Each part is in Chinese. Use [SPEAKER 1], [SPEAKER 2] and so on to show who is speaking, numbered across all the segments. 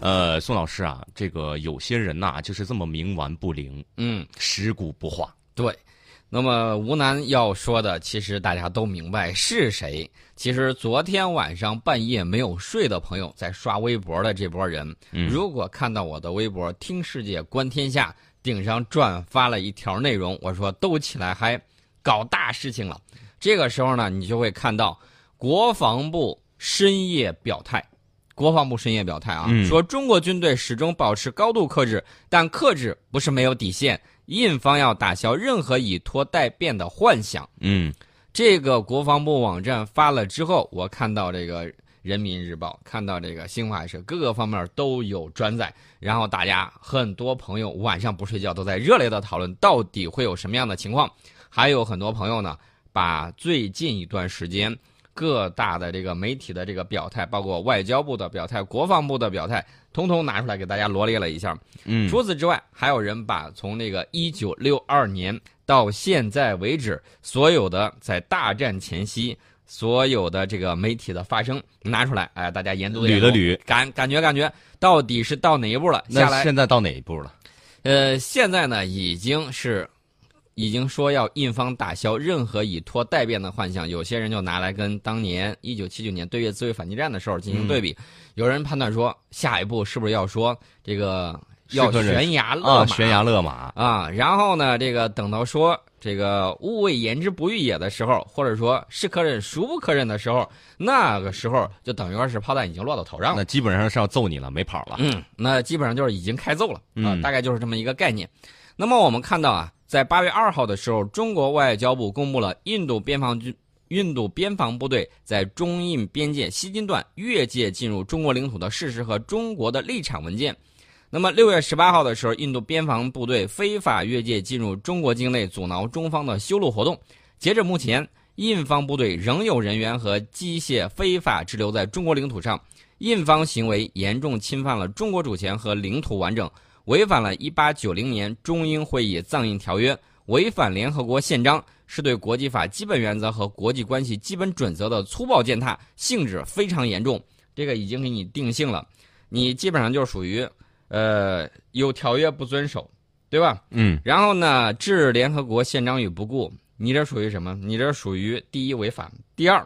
[SPEAKER 1] 呃，宋老师啊，这个有些人呐、就是这么冥顽不灵，
[SPEAKER 2] 嗯，
[SPEAKER 1] 食古不化。
[SPEAKER 2] 对。那么吴楠要说的，其实大家都明白是谁。其实昨天晚上半夜没有睡的朋友，在刷微博的这波人，如果看到我的微博“听世界观天下”顶上转发了一条内容，我说都起来嗨，搞大事情了。这个时候呢，你就会看到国防部深夜表态。国防部深夜表态啊，
[SPEAKER 1] 嗯
[SPEAKER 2] 说中国军队始终保持高度克制，但克制不是没有底线，印方要打消任何以拖待变的幻想。
[SPEAKER 1] 嗯
[SPEAKER 2] 这个国防部网站发了之后，我看到这个《人民日报》，看到这个新华社，各个方面都有转载。然后大家很多朋友晚上不睡觉，都在热烈的讨论到底会有什么样的情况。还有很多朋友呢，把最近一段时间各大的这个媒体的这个表态，包括外交部的表态、国防部的表态，通通拿出来给大家罗列了一下。
[SPEAKER 1] 嗯，
[SPEAKER 2] 除此之外，还有人把从那个一九六二年到现在为止，所有的在大战前夕所有的这个媒体的发声拿出来，哎，大家研读
[SPEAKER 1] 捋
[SPEAKER 2] 研
[SPEAKER 1] 了
[SPEAKER 2] 读
[SPEAKER 1] 捋，
[SPEAKER 2] 感感觉感觉到底是到哪一步了？下
[SPEAKER 1] 那
[SPEAKER 2] 来，
[SPEAKER 1] 现在到哪一步了？
[SPEAKER 2] 呃，现在呢已经是。已经说要印方打消任何以拖待变的幻想，有些人就拿来跟当年一九七九年对越自卫反击战的时候进行对比。
[SPEAKER 1] 嗯
[SPEAKER 2] 有人判断说，下一步是不是要说这个要
[SPEAKER 1] 是个人
[SPEAKER 2] 悬崖勒马？
[SPEAKER 1] 啊，悬崖勒马。
[SPEAKER 2] 啊，然后呢，这个等到说这个勿谓言之不预也的时候，或者说是可忍孰不可忍的时候，那个时候就等于是炮弹已经落到头上了
[SPEAKER 1] 那。基本上是要揍你了，没跑了。
[SPEAKER 2] 嗯，那基本上就是已经开揍了啊、
[SPEAKER 1] 嗯
[SPEAKER 2] 大概就是这么一个概念。那么我们看到啊，在八月二号的时候，中国外交部公布了印度边防军。印度边防部队在中印边界西京段越界进入中国领土的事实和中国的立场文件。那么六月十八号的时候，印度边防部队非法越界进入中国境内，阻挠中方的修路活动。截至目前，印方部队仍有人员和机械非法滞留在中国领土上，印方行为严重侵犯了中国主权和领土完整，违反了1890年中英会议藏印条约，违反联合国宪章，是对国际法基本原则和国际关系基本准则的粗暴践踏，性质非常严重。这个已经给你定性了，你基本上就属于，呃，有条约不遵守，对吧？
[SPEAKER 1] 嗯，
[SPEAKER 2] 然后呢，置联合国宪章于不顾，你这属于什么？你这属于第一违反，第二，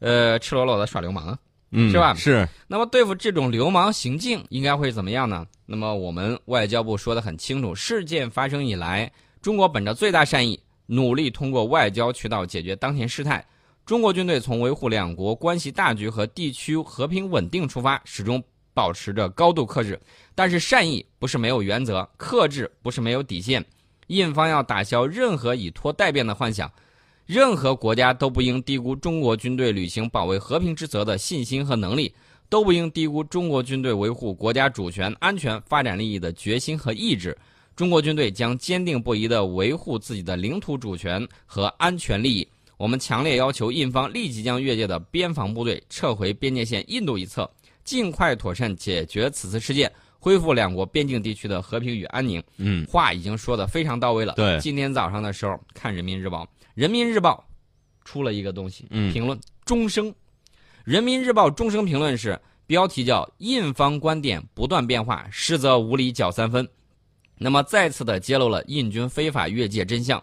[SPEAKER 2] 呃，赤裸裸的耍流氓啊！
[SPEAKER 1] 嗯，
[SPEAKER 2] 是吧
[SPEAKER 1] 是，
[SPEAKER 2] 那么对付这种流氓行径，应该会怎么样呢？那么我们外交部说的很清楚，事件发生以来，中国本着最大善意，努力通过外交渠道解决当前事态。中国军队从维护两国关系大局和地区和平稳定出发，始终保持着高度克制。但是善意不是没有原则，克制不是没有底线。印方要打消任何以拖待变的幻想，任何国家都不应低估中国军队履行保卫和平之责的信心和能力，都不应低估中国军队维护国家主权、安全、发展利益的决心和意志。中国军队将坚定不移地维护自己的领土主权和安全利益。我们强烈要求印方立即将越界的边防部队撤回边界线印度一侧，尽快妥善解决此次事件，恢复两国边境地区的和平与安宁。
[SPEAKER 1] 嗯，
[SPEAKER 2] 话已经说的非常到位了。
[SPEAKER 1] 对
[SPEAKER 2] 今天早上的时候看人民日报《人民日报》，《出了一个东西，
[SPEAKER 1] 嗯
[SPEAKER 2] 评论终生，《人民日报》终生评论是标题叫“印方观点不断变化，实则无理搅三分”。那么再次的揭露了印军非法越界真相。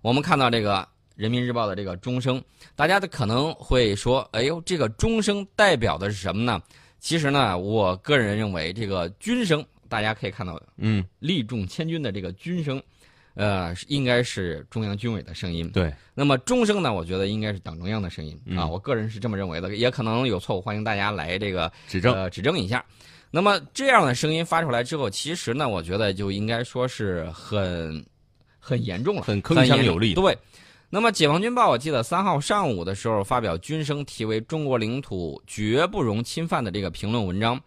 [SPEAKER 2] 我们看到这个《人民日报》的这个钟声，大家的可能会说：“哎呦，这个钟声代表的是什么呢？”其实呢，我个人认为，这个军声，大家可以看到
[SPEAKER 1] 嗯，
[SPEAKER 2] 力重千钧的这个军声，呃，是应该是中央军委的声音。
[SPEAKER 1] 对，
[SPEAKER 2] 那么钟声呢，我觉得应该是党中央的声音、啊，
[SPEAKER 1] 嗯
[SPEAKER 2] 我个人是这么认为的，也可能有错误，欢迎大家来这个
[SPEAKER 1] 指正，
[SPEAKER 2] 呃指正一下。那么这样的声音发出来之后，其实呢，我觉得就应该说是很很严重了，
[SPEAKER 1] 很铿
[SPEAKER 2] 很严
[SPEAKER 1] 锵
[SPEAKER 2] 重
[SPEAKER 1] 有力。
[SPEAKER 2] 对。那么，《解放军报》我记得三号上午的时候发表军声题为“中国领土绝不容侵犯”的这个评论文章，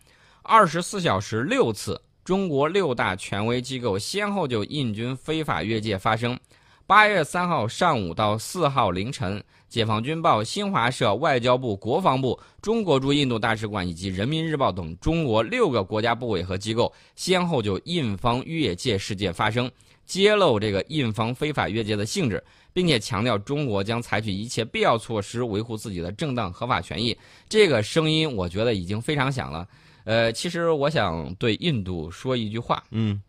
[SPEAKER 2] 二十四小时六次，中国六大权威机构先后就印军非法越界发声。八月三号上午到四号凌晨，《解放军报》、新华社、外交部、国防部、中国驻印度大使馆以及《人民日报》等中国六个国家部委和机构先后就印方越界事件发声，揭露这个印方非法越界的性质，并且强调中国将采取一切必要措施维护自己的正当合法权益。这个声音，我觉得已经非常响了。呃，其实我想对印度说一句话：
[SPEAKER 1] 嗯，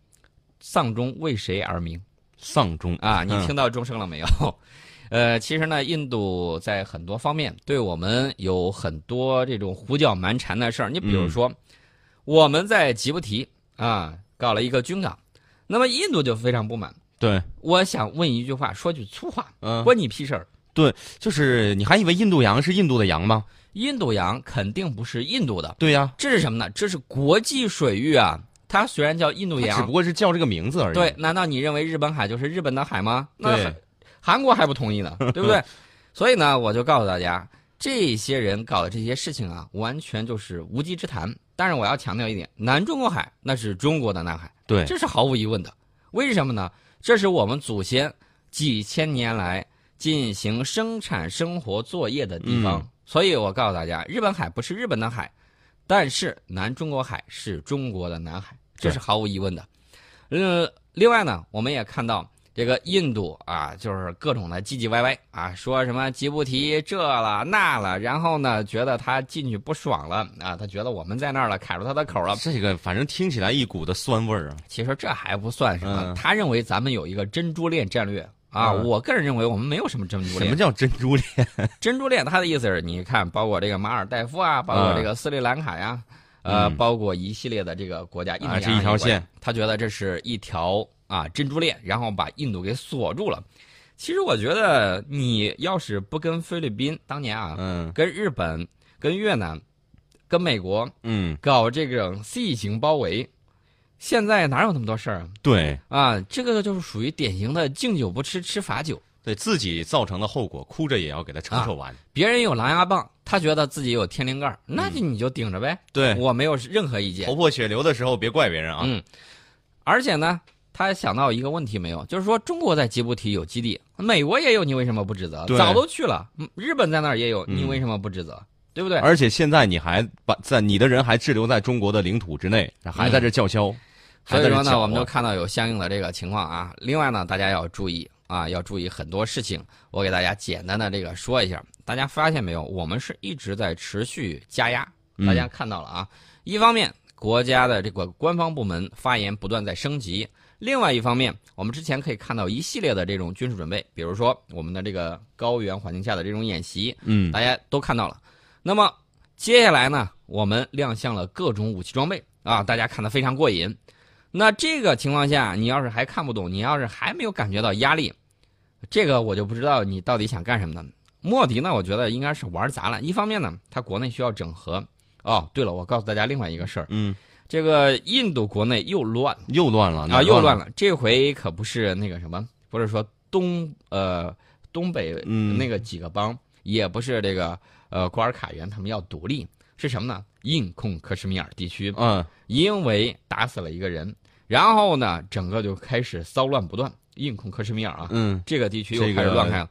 [SPEAKER 2] 丧钟为谁而鸣
[SPEAKER 1] 丧钟
[SPEAKER 2] 啊？你
[SPEAKER 1] 嗯
[SPEAKER 2] 听到钟声了没有？ 呃，其实呢，印度在很多方面对我们有很多这种胡搅蛮缠的事儿。你比如
[SPEAKER 1] 嗯
[SPEAKER 2] 说，我们在吉布提啊搞了一个军港，那么印度就非常不满。
[SPEAKER 1] 对，
[SPEAKER 2] 我想问一句话，说句粗话，
[SPEAKER 1] 嗯，
[SPEAKER 2] 关你屁事儿！
[SPEAKER 1] 就是你还以为印度洋是印度的洋吗？
[SPEAKER 2] 印度洋肯定不是印度的，
[SPEAKER 1] 对呀、
[SPEAKER 2] 这是什么呢？这是国际水域啊！它虽然叫印度
[SPEAKER 1] 它只
[SPEAKER 2] 洋
[SPEAKER 1] 不，过是叫这个名字而已。
[SPEAKER 2] 对，，难道你认为日本海就是日本的海吗？那
[SPEAKER 1] 对
[SPEAKER 2] 韩韩国还不同意呢，对不对？所以呢，我就告诉大家，这些人搞的这些事情啊，完全就是无稽之谈。但是我要强调一点，南中国海那是中国的南海，
[SPEAKER 1] 对
[SPEAKER 2] 这是毫无疑问的。为什么呢？这是我们祖先几千年来进行生产生活作业的地方。
[SPEAKER 1] 嗯
[SPEAKER 2] 所以我告诉大家，日本海不是日本的海，但是南中国海是中国的南海，这
[SPEAKER 1] 对
[SPEAKER 2] 是毫无疑问的。呃，另外呢，我们也看到这个印度啊，就是各种的唧唧歪歪啊，说什么吉布提这了那了，然后呢，觉得他进去不爽了啊，他觉得我们在那儿了，卡住他的口了。
[SPEAKER 1] 这个反正听起来一股的酸味儿啊。
[SPEAKER 2] 其实这还不算什么，
[SPEAKER 1] 嗯
[SPEAKER 2] 他认为咱们有一个珍珠链战略。啊，
[SPEAKER 1] 嗯
[SPEAKER 2] 我个人认为我们没有什么珍珠
[SPEAKER 1] 什
[SPEAKER 2] 链
[SPEAKER 1] 么。叫珍珠链？
[SPEAKER 2] 珍珠链，它的意思是，你看，包括这个马尔代夫啊，包括这个斯里兰卡呀，呃，
[SPEAKER 1] 嗯
[SPEAKER 2] 包括一系列的这个国家，印度
[SPEAKER 1] 啊
[SPEAKER 2] 洋
[SPEAKER 1] 这一条
[SPEAKER 2] 国家
[SPEAKER 1] 线，
[SPEAKER 2] 他觉得这是一条啊珍珠链，然后把印度给锁住了。其实我觉得，你要是不跟菲律宾当年啊，
[SPEAKER 1] 嗯
[SPEAKER 2] 跟日本、跟越南、跟美国
[SPEAKER 1] 嗯，
[SPEAKER 2] 搞这种 C 型包围，现在哪有那么多事儿啊
[SPEAKER 1] 对
[SPEAKER 2] 啊？这个就是属于典型的敬酒不吃吃罚酒。
[SPEAKER 1] 对，自己造成的后果，哭着也要给他承受完。
[SPEAKER 2] 别人有狼牙棒，他觉得自己有天灵盖儿，那就你就顶着呗。
[SPEAKER 1] 对，
[SPEAKER 2] 我没有任何意见
[SPEAKER 1] 嗯哎头。破血流的时候别怪别人啊。
[SPEAKER 2] 嗯，而且呢，他想到一个问题没有，就是说中国在吉布提有基地，美国也有，你为什么不指责？
[SPEAKER 1] 对
[SPEAKER 2] 早都去了，嗯日本在那儿也有，
[SPEAKER 1] 嗯
[SPEAKER 2] 你为什么不指责？对不对？
[SPEAKER 1] 而且现在你还把在你的人还滞留在中国的领土之内，还在这叫嚣，还
[SPEAKER 2] 嗯所
[SPEAKER 1] 在
[SPEAKER 2] 以
[SPEAKER 1] 这啊
[SPEAKER 2] 说
[SPEAKER 1] 搅
[SPEAKER 2] 呢，
[SPEAKER 1] 和
[SPEAKER 2] 我们就看到有相应的这个情况啊。另外呢，大家要注意啊，要注意很多事情。我给大家简单的这个说一下，大家发现没有？我们是一直在持续加压，
[SPEAKER 1] 嗯
[SPEAKER 2] 大家看到了啊。一方面，国家的这个官方部门发言不断在升级；另外一方面，我们之前可以看到一系列的这种军事准备，比如说我们的这个高原环境下的这种演习，
[SPEAKER 1] 嗯
[SPEAKER 2] 大家都看到了。那么接下来呢，我们亮相了各种武器装备啊，大家看得非常过瘾。那这个情况下，你要是还看不懂，你要是还没有感觉到压力，这个我就不知道你到底想干什么呢？莫迪呢，我觉得应该是玩砸了。一方面呢，他国内需要整合。哦，对了，我告诉大家另外一个事儿，
[SPEAKER 1] 嗯，
[SPEAKER 2] 这个印度国内又乱了
[SPEAKER 1] 又乱了
[SPEAKER 2] 啊，又乱
[SPEAKER 1] 了。
[SPEAKER 2] 了。这回可不是那个什么，不是说东呃东北
[SPEAKER 1] 嗯，
[SPEAKER 2] 那个几个邦，也不是这个呃瓜尔卡原他们要独立，是什么呢？硬控克什米尔地区，
[SPEAKER 1] 嗯，
[SPEAKER 2] 因为打死了一个人，然后呢，整个就开始骚乱不断，硬控克什米尔啊，
[SPEAKER 1] 嗯，
[SPEAKER 2] 这个地区又
[SPEAKER 1] 这个
[SPEAKER 2] 开始乱开了。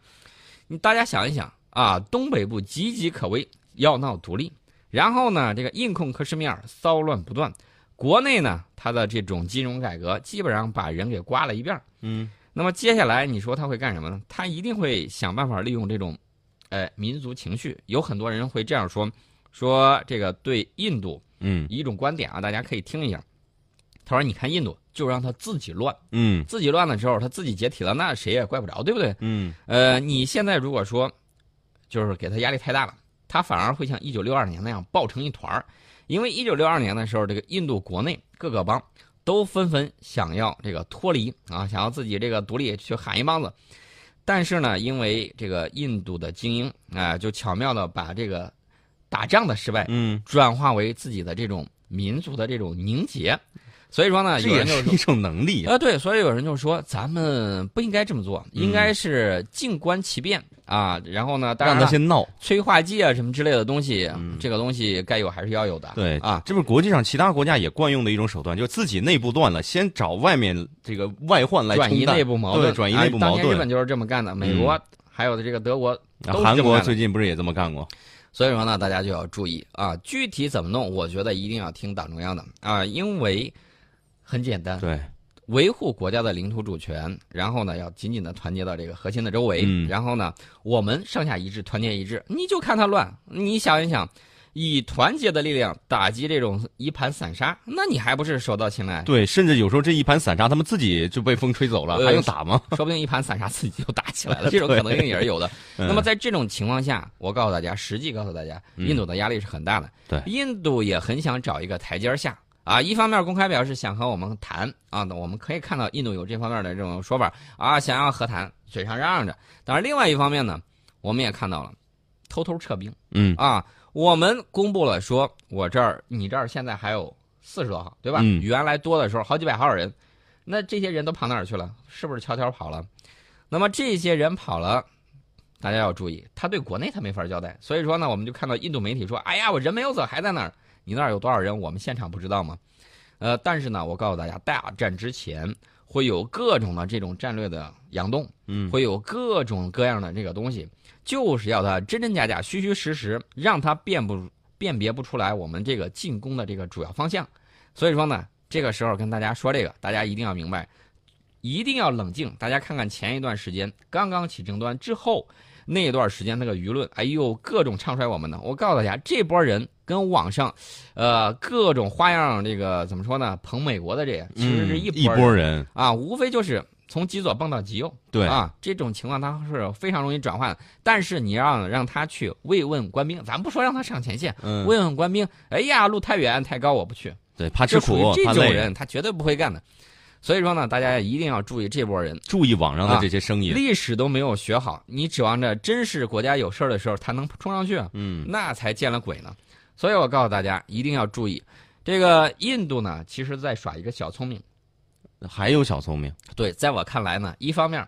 [SPEAKER 2] 你大家想一想啊，东北部岌岌可危，要闹独立，然后呢，这个硬控克什米尔骚乱不断，国内呢，它的这种金融改革基本上把人给刮了一遍儿。
[SPEAKER 1] 嗯，
[SPEAKER 2] 那么接下来你说他会干什么呢？他一定会想办法利用这种，呃，民族情绪。有很多人会这样说，说这个对印度
[SPEAKER 1] 嗯
[SPEAKER 2] 一种观点啊，大家可以听一下。他说：“你看印度就让他自己乱，
[SPEAKER 1] 嗯
[SPEAKER 2] 自己乱的时候他自己解体了，那谁也怪不着，对不对？
[SPEAKER 1] 嗯，
[SPEAKER 2] 呃，你现在如果说就是给他压力太大了，他反而会像一九六二年那样抱成一团儿，因为一九六二年的时候，这个印度国内各个邦都纷纷想要这个脱离啊，想要自己这个独立去喊一帮子，但是呢，因为这个印度的精英啊、就巧妙的把这个打仗的失败
[SPEAKER 1] 嗯，
[SPEAKER 2] 转化为自己的这种民族的这种凝结，所以说呢，
[SPEAKER 1] 这
[SPEAKER 2] 啊
[SPEAKER 1] 也
[SPEAKER 2] 有人就是说
[SPEAKER 1] 一种能力啊。
[SPEAKER 2] 啊，对，所以有人就说咱们不应该这么做，应该是静观其变、啊。然后呢，当
[SPEAKER 1] 嗯让
[SPEAKER 2] 然
[SPEAKER 1] 他
[SPEAKER 2] 了
[SPEAKER 1] 先闹，
[SPEAKER 2] 催化剂啊什么之类的东西，这个东西该有还是要有的。
[SPEAKER 1] 对
[SPEAKER 2] 啊，
[SPEAKER 1] 这不是国际上其他国家也惯用的一种手段，就是自己内部乱了，先找外面这个外患来
[SPEAKER 2] 转移
[SPEAKER 1] 冲淡
[SPEAKER 2] 内部矛盾，
[SPEAKER 1] 对转移内部矛
[SPEAKER 2] 啊。当
[SPEAKER 1] 盾嗯
[SPEAKER 2] 年日本就是这么干的，美国、还有这个德国。
[SPEAKER 1] 啊
[SPEAKER 2] 都是
[SPEAKER 1] 韩
[SPEAKER 2] 这么
[SPEAKER 1] 国
[SPEAKER 2] 干的
[SPEAKER 1] 最近不是也这么干过？
[SPEAKER 2] 所以说呢，大家就要注意啊，具体怎么弄，我觉得一定要听党中央的啊，因为很简单，
[SPEAKER 1] 对，
[SPEAKER 2] 维护国家的领土主权，然后呢，要紧紧的团结到这个核心的周围，
[SPEAKER 1] 嗯
[SPEAKER 2] 然后呢，我们上下一致，团结一致。你就看他乱，你想一想，以团结的力量打击这种一盘散沙，那你还不是手到擒来？
[SPEAKER 1] 对，甚至有时候这一盘散沙，他们自己就被风吹走了，
[SPEAKER 2] 呃
[SPEAKER 1] 还用打吗？
[SPEAKER 2] 说不定一盘散沙自己就打起 来了，这种可能性也是有的。
[SPEAKER 1] 嗯
[SPEAKER 2] 那么在这种情况下，我告诉大家，实际告诉大家，印度的压力是很大的。
[SPEAKER 1] 对
[SPEAKER 2] 印度也很想找一个台阶儿下啊。一方面公开表示想和我们谈啊，那我们可以看到印度有这方面的这种说法啊，想要和谈，嘴上嚷嚷着。当然，另外一方面呢，我们也看到了，偷偷撤兵
[SPEAKER 1] 嗯
[SPEAKER 2] 啊。我们公布了说，我这儿你这儿现在还有四十多号，对吧？
[SPEAKER 1] 嗯
[SPEAKER 2] 原来多的时候好几百号人，那这些人都跑哪儿去了？是不是悄悄跑了？那么这些人跑了，大家要注意，他对国内他没法交代。所以说呢，我们就看到印度媒体说：“哎呀，我人没有走，还在那儿。你那儿有多少人？我们现场不知道吗？”呃，但是呢，我告诉大家，大战之前会有各种的这种战略的佯动，
[SPEAKER 1] 嗯，
[SPEAKER 2] 会有各种各样的这个东西，就是要它真真假假、虚虚实实，让它辨不辨别不出来我们这个进攻的这个主要方向。所以说呢，这个时候跟大家说这个，大家一定要明白，一定要冷静。大家看看前一段时间刚刚起争端之后那段时间那个舆论，哎呦，各种唱衰我们呢。我告诉大家，这波人跟网上，呃，各种花样，这个怎么说呢？捧美国的这其实是
[SPEAKER 1] 嗯一
[SPEAKER 2] 波人
[SPEAKER 1] 波人，
[SPEAKER 2] 啊，无非就是从极左蹦到极右。
[SPEAKER 1] 对，
[SPEAKER 2] 啊，这种情况它是非常容易转换，但是你让让他去慰问官兵，咱不说让他上前线、
[SPEAKER 1] 嗯，
[SPEAKER 2] 慰问官兵，哎呀，路太远太高，我不去，
[SPEAKER 1] 对，怕吃
[SPEAKER 2] 就属于
[SPEAKER 1] 苦，
[SPEAKER 2] 这
[SPEAKER 1] 怕
[SPEAKER 2] 种
[SPEAKER 1] 累，
[SPEAKER 2] 人，他绝对不会干的。所以说呢，大家一定要注意这波人，
[SPEAKER 1] 注意网上的
[SPEAKER 2] 啊
[SPEAKER 1] 这些生意。
[SPEAKER 2] 历史都没有学好，你指望着真是国家有事儿的时候他能冲上去，啊
[SPEAKER 1] 嗯
[SPEAKER 2] 那才见了鬼呢。所以我告诉大家，一定要注意，这个印度呢，其实在耍一个小聪明。
[SPEAKER 1] 还有小聪明，
[SPEAKER 2] 对，在我看来呢，一方面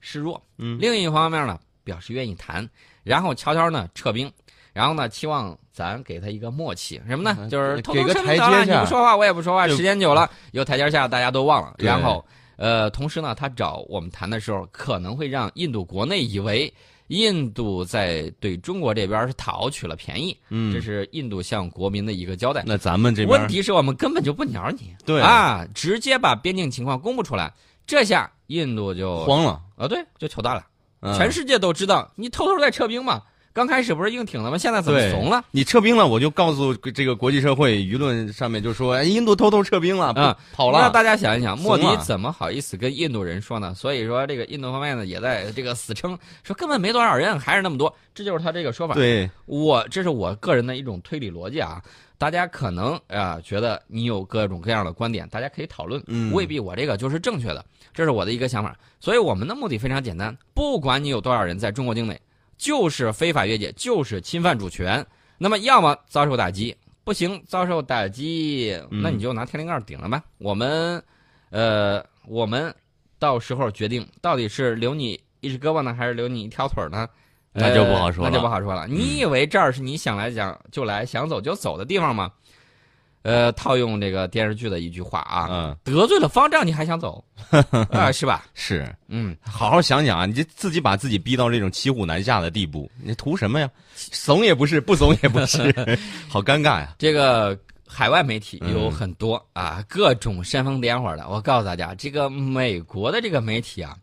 [SPEAKER 2] 示弱，
[SPEAKER 1] 嗯
[SPEAKER 2] 另一方面呢表示愿意谈，然后悄悄呢撤兵，然后呢期望咱给他一个默契，什么呢？
[SPEAKER 1] 嗯
[SPEAKER 2] 就是
[SPEAKER 1] 给
[SPEAKER 2] 偷
[SPEAKER 1] 给
[SPEAKER 2] 偷
[SPEAKER 1] 个
[SPEAKER 2] 撤
[SPEAKER 1] 台
[SPEAKER 2] 兵得了，
[SPEAKER 1] 阶
[SPEAKER 2] 你
[SPEAKER 1] 下
[SPEAKER 2] 不说话，我也不说话，
[SPEAKER 1] 就
[SPEAKER 2] 时间久了有台阶下，大家都忘了，
[SPEAKER 1] 对
[SPEAKER 2] 然后。呃，同时呢，他找我们谈的时候，可能会让印度国内以为印度在对中国这边是讨取了便宜，这
[SPEAKER 1] 嗯，
[SPEAKER 2] 是印度向国民的一个交代。
[SPEAKER 1] 那咱们这边
[SPEAKER 2] 问题是我们根本就不鸟你，
[SPEAKER 1] 对
[SPEAKER 2] 啊，直接把边境情况公布出来，这下印度就
[SPEAKER 1] 慌了，
[SPEAKER 2] 啊，对，就糗大了，
[SPEAKER 1] 嗯
[SPEAKER 2] 全世界都知道你偷偷在撤兵嘛。刚开始不是硬挺了吗？现在怎么
[SPEAKER 1] 对
[SPEAKER 2] 怂了？
[SPEAKER 1] 你撤兵了，我就告诉这个国际社会舆论上面就说，哎，印度偷偷撤兵了，
[SPEAKER 2] 啊
[SPEAKER 1] 不跑
[SPEAKER 2] 那
[SPEAKER 1] 了，
[SPEAKER 2] 大家想一想，
[SPEAKER 1] 怂
[SPEAKER 2] 莫
[SPEAKER 1] 了
[SPEAKER 2] 迪怎么好意思跟印度人说呢？所以说，这个印度方面呢，也在这个死撑，说根本没多少人，还是那么多，这就是他这个说法。
[SPEAKER 1] 对，
[SPEAKER 2] 我这是我个人的一种推理逻辑啊，大家可能啊、呃觉得你有各种各样的观点，大家可以讨论，
[SPEAKER 1] 嗯
[SPEAKER 2] 未必我这个就是正确的，这是我的一个想法。所以我们的目的非常简单，不管你有多少人在中国境内，就是非法越界，就是侵犯主权，那么要么遭受打击，不行遭受打击，
[SPEAKER 1] 嗯
[SPEAKER 2] 那你就拿天灵盖顶了吧。我们，呃，我们到时候决定到底是留你一只胳膊呢，还是留你一条腿儿呢？
[SPEAKER 1] 那就不好说
[SPEAKER 2] 呃那
[SPEAKER 1] 了
[SPEAKER 2] 就不好说了。你以为这儿是你想来讲就来，想走就走的地方吗？呃，套用这个电视剧的一句话啊，
[SPEAKER 1] 嗯，
[SPEAKER 2] 得罪了方丈你还 想走啊、是吧？
[SPEAKER 1] 是，
[SPEAKER 2] 嗯，
[SPEAKER 1] 好好想想啊，你这自己把自己逼到这种骑虎难下的地步，你图什么呀？怂也不是，不怂也不 是，好尴尬呀。
[SPEAKER 2] 这个海外媒体有
[SPEAKER 1] 嗯
[SPEAKER 2] 很多、啊，各种煽风点火的。我告诉大家，这个美国的这个媒体啊，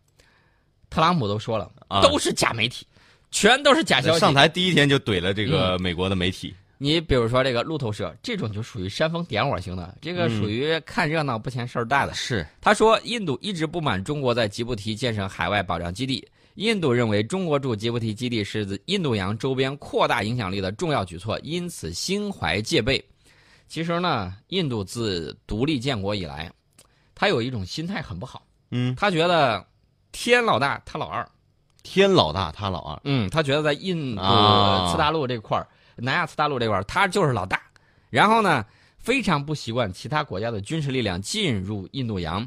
[SPEAKER 2] 特朗普都说了，
[SPEAKER 1] 啊
[SPEAKER 2] 都是假媒体，全都是假消息。
[SPEAKER 1] 上台第一天就怼了这个美国的媒体，
[SPEAKER 2] 你比如说这个路透社这种就属于煽风点火型的，这个
[SPEAKER 1] 嗯
[SPEAKER 2] 属于看热闹不嫌事儿大的。
[SPEAKER 1] 是
[SPEAKER 2] 他说，印度一直不满中国在吉布提建设海外保障基地。印度认为中国驻吉布提基地是自印度洋周边扩大影响力的重要举措，因此心怀戒备。其实呢，印度自独立建国以来，他有一种心态很不好，
[SPEAKER 1] 嗯，
[SPEAKER 2] 他觉得天老大，他老二。
[SPEAKER 1] 天老大他老二，
[SPEAKER 2] 嗯，他觉得在印度
[SPEAKER 1] 啊
[SPEAKER 2] 次大陆这块儿，南亚次大陆这块儿，他就是老大。然后呢，非常不习惯其他国家的军事力量进入印度洋。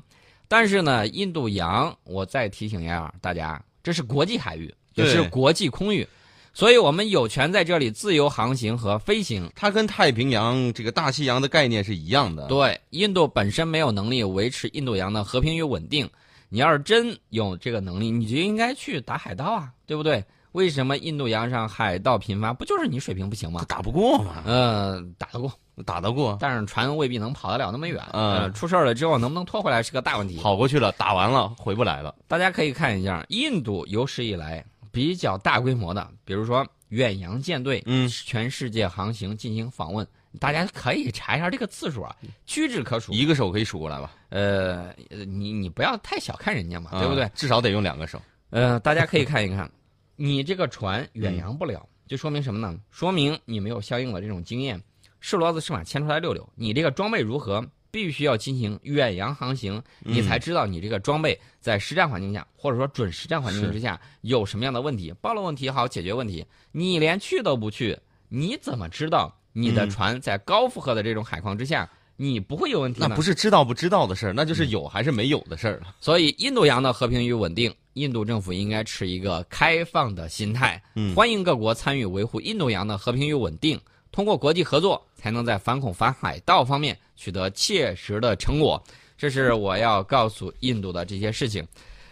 [SPEAKER 2] 但是呢，印度洋，我再提醒一下大家，这是国际海域，也
[SPEAKER 1] 对
[SPEAKER 2] 是国际空域，所以我们有权在这里自由航行和飞行。
[SPEAKER 1] 他跟太平洋这个大西洋的概念是一样的，
[SPEAKER 2] 对，印度本身没有能力维持印度洋的和平与稳定。你要是真有这个能力，你就应该去打海盗啊，对不对？为什么印度洋上海盗频发？不就是你水平不行吗
[SPEAKER 1] 他？打不过嘛，
[SPEAKER 2] 呃，打得过，
[SPEAKER 1] 打得过，
[SPEAKER 2] 但是船未必能跑得了那么远。
[SPEAKER 1] 嗯
[SPEAKER 2] 呃，出事儿了之后能不能拖回来是个大问题。
[SPEAKER 1] 跑过去了，打完了回不来了，
[SPEAKER 2] 大家可以看一下，印度有史以来比较大规模的，比如说远洋舰队
[SPEAKER 1] 嗯
[SPEAKER 2] 全世界航行进行访问。大家可以查一下这个次数啊，屈指可数。
[SPEAKER 1] 一个手可以数过来吧，
[SPEAKER 2] 呃，你你不要太小看人家嘛，
[SPEAKER 1] 啊
[SPEAKER 2] 对不对？？
[SPEAKER 1] 至少得用两个手。
[SPEAKER 2] 呃，大家可以看一看，你这个船远洋不了，就说明什么呢？说明你没有相应的这种经验。是骡子是马牵出来溜溜，你这个装备如何，必须要进行远洋航行，你才知道你这个装备在实战环境下，或者说准实战环境之下有什么样的问题，暴露问题好解决问题。你连去都不去，你怎么知道你的
[SPEAKER 1] 嗯
[SPEAKER 2] 船在高负荷的这种海况之下，你不会有问题
[SPEAKER 1] 那嗯
[SPEAKER 2] 呢？
[SPEAKER 1] 不是知道不知道的事儿，那就是有还是没有的事儿了。
[SPEAKER 2] 所以，印度洋的和平与稳定，印度政府应该持一个开放的心态，
[SPEAKER 1] 嗯
[SPEAKER 2] 欢迎各国参与维护印度洋的和平与稳定。通过国际合作，才能在反恐反海盗方面取得切实的成果。这是我要告诉印度的这些事情。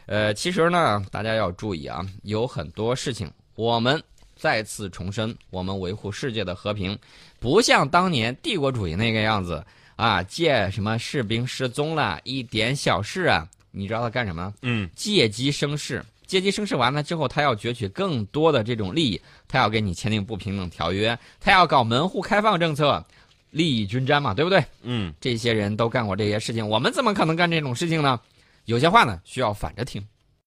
[SPEAKER 2] 呃，其实呢，大家要注意啊，有很多事情，我们再次重申，我们维护世界的和平，不像当年帝国主义那个样子啊，借什么士兵失踪了一点小事啊，你知道他干什么？
[SPEAKER 1] 嗯，
[SPEAKER 2] 借机生事。借机生事完了之后，他要攫取更多的这种利益，他要跟你签订不平等条约，他要搞门户开放政策，利益均沾嘛，对不对？
[SPEAKER 1] 嗯，
[SPEAKER 2] 这些人都干过这些事情，我们怎么可能干这种事情呢？有些话呢，需要反着听。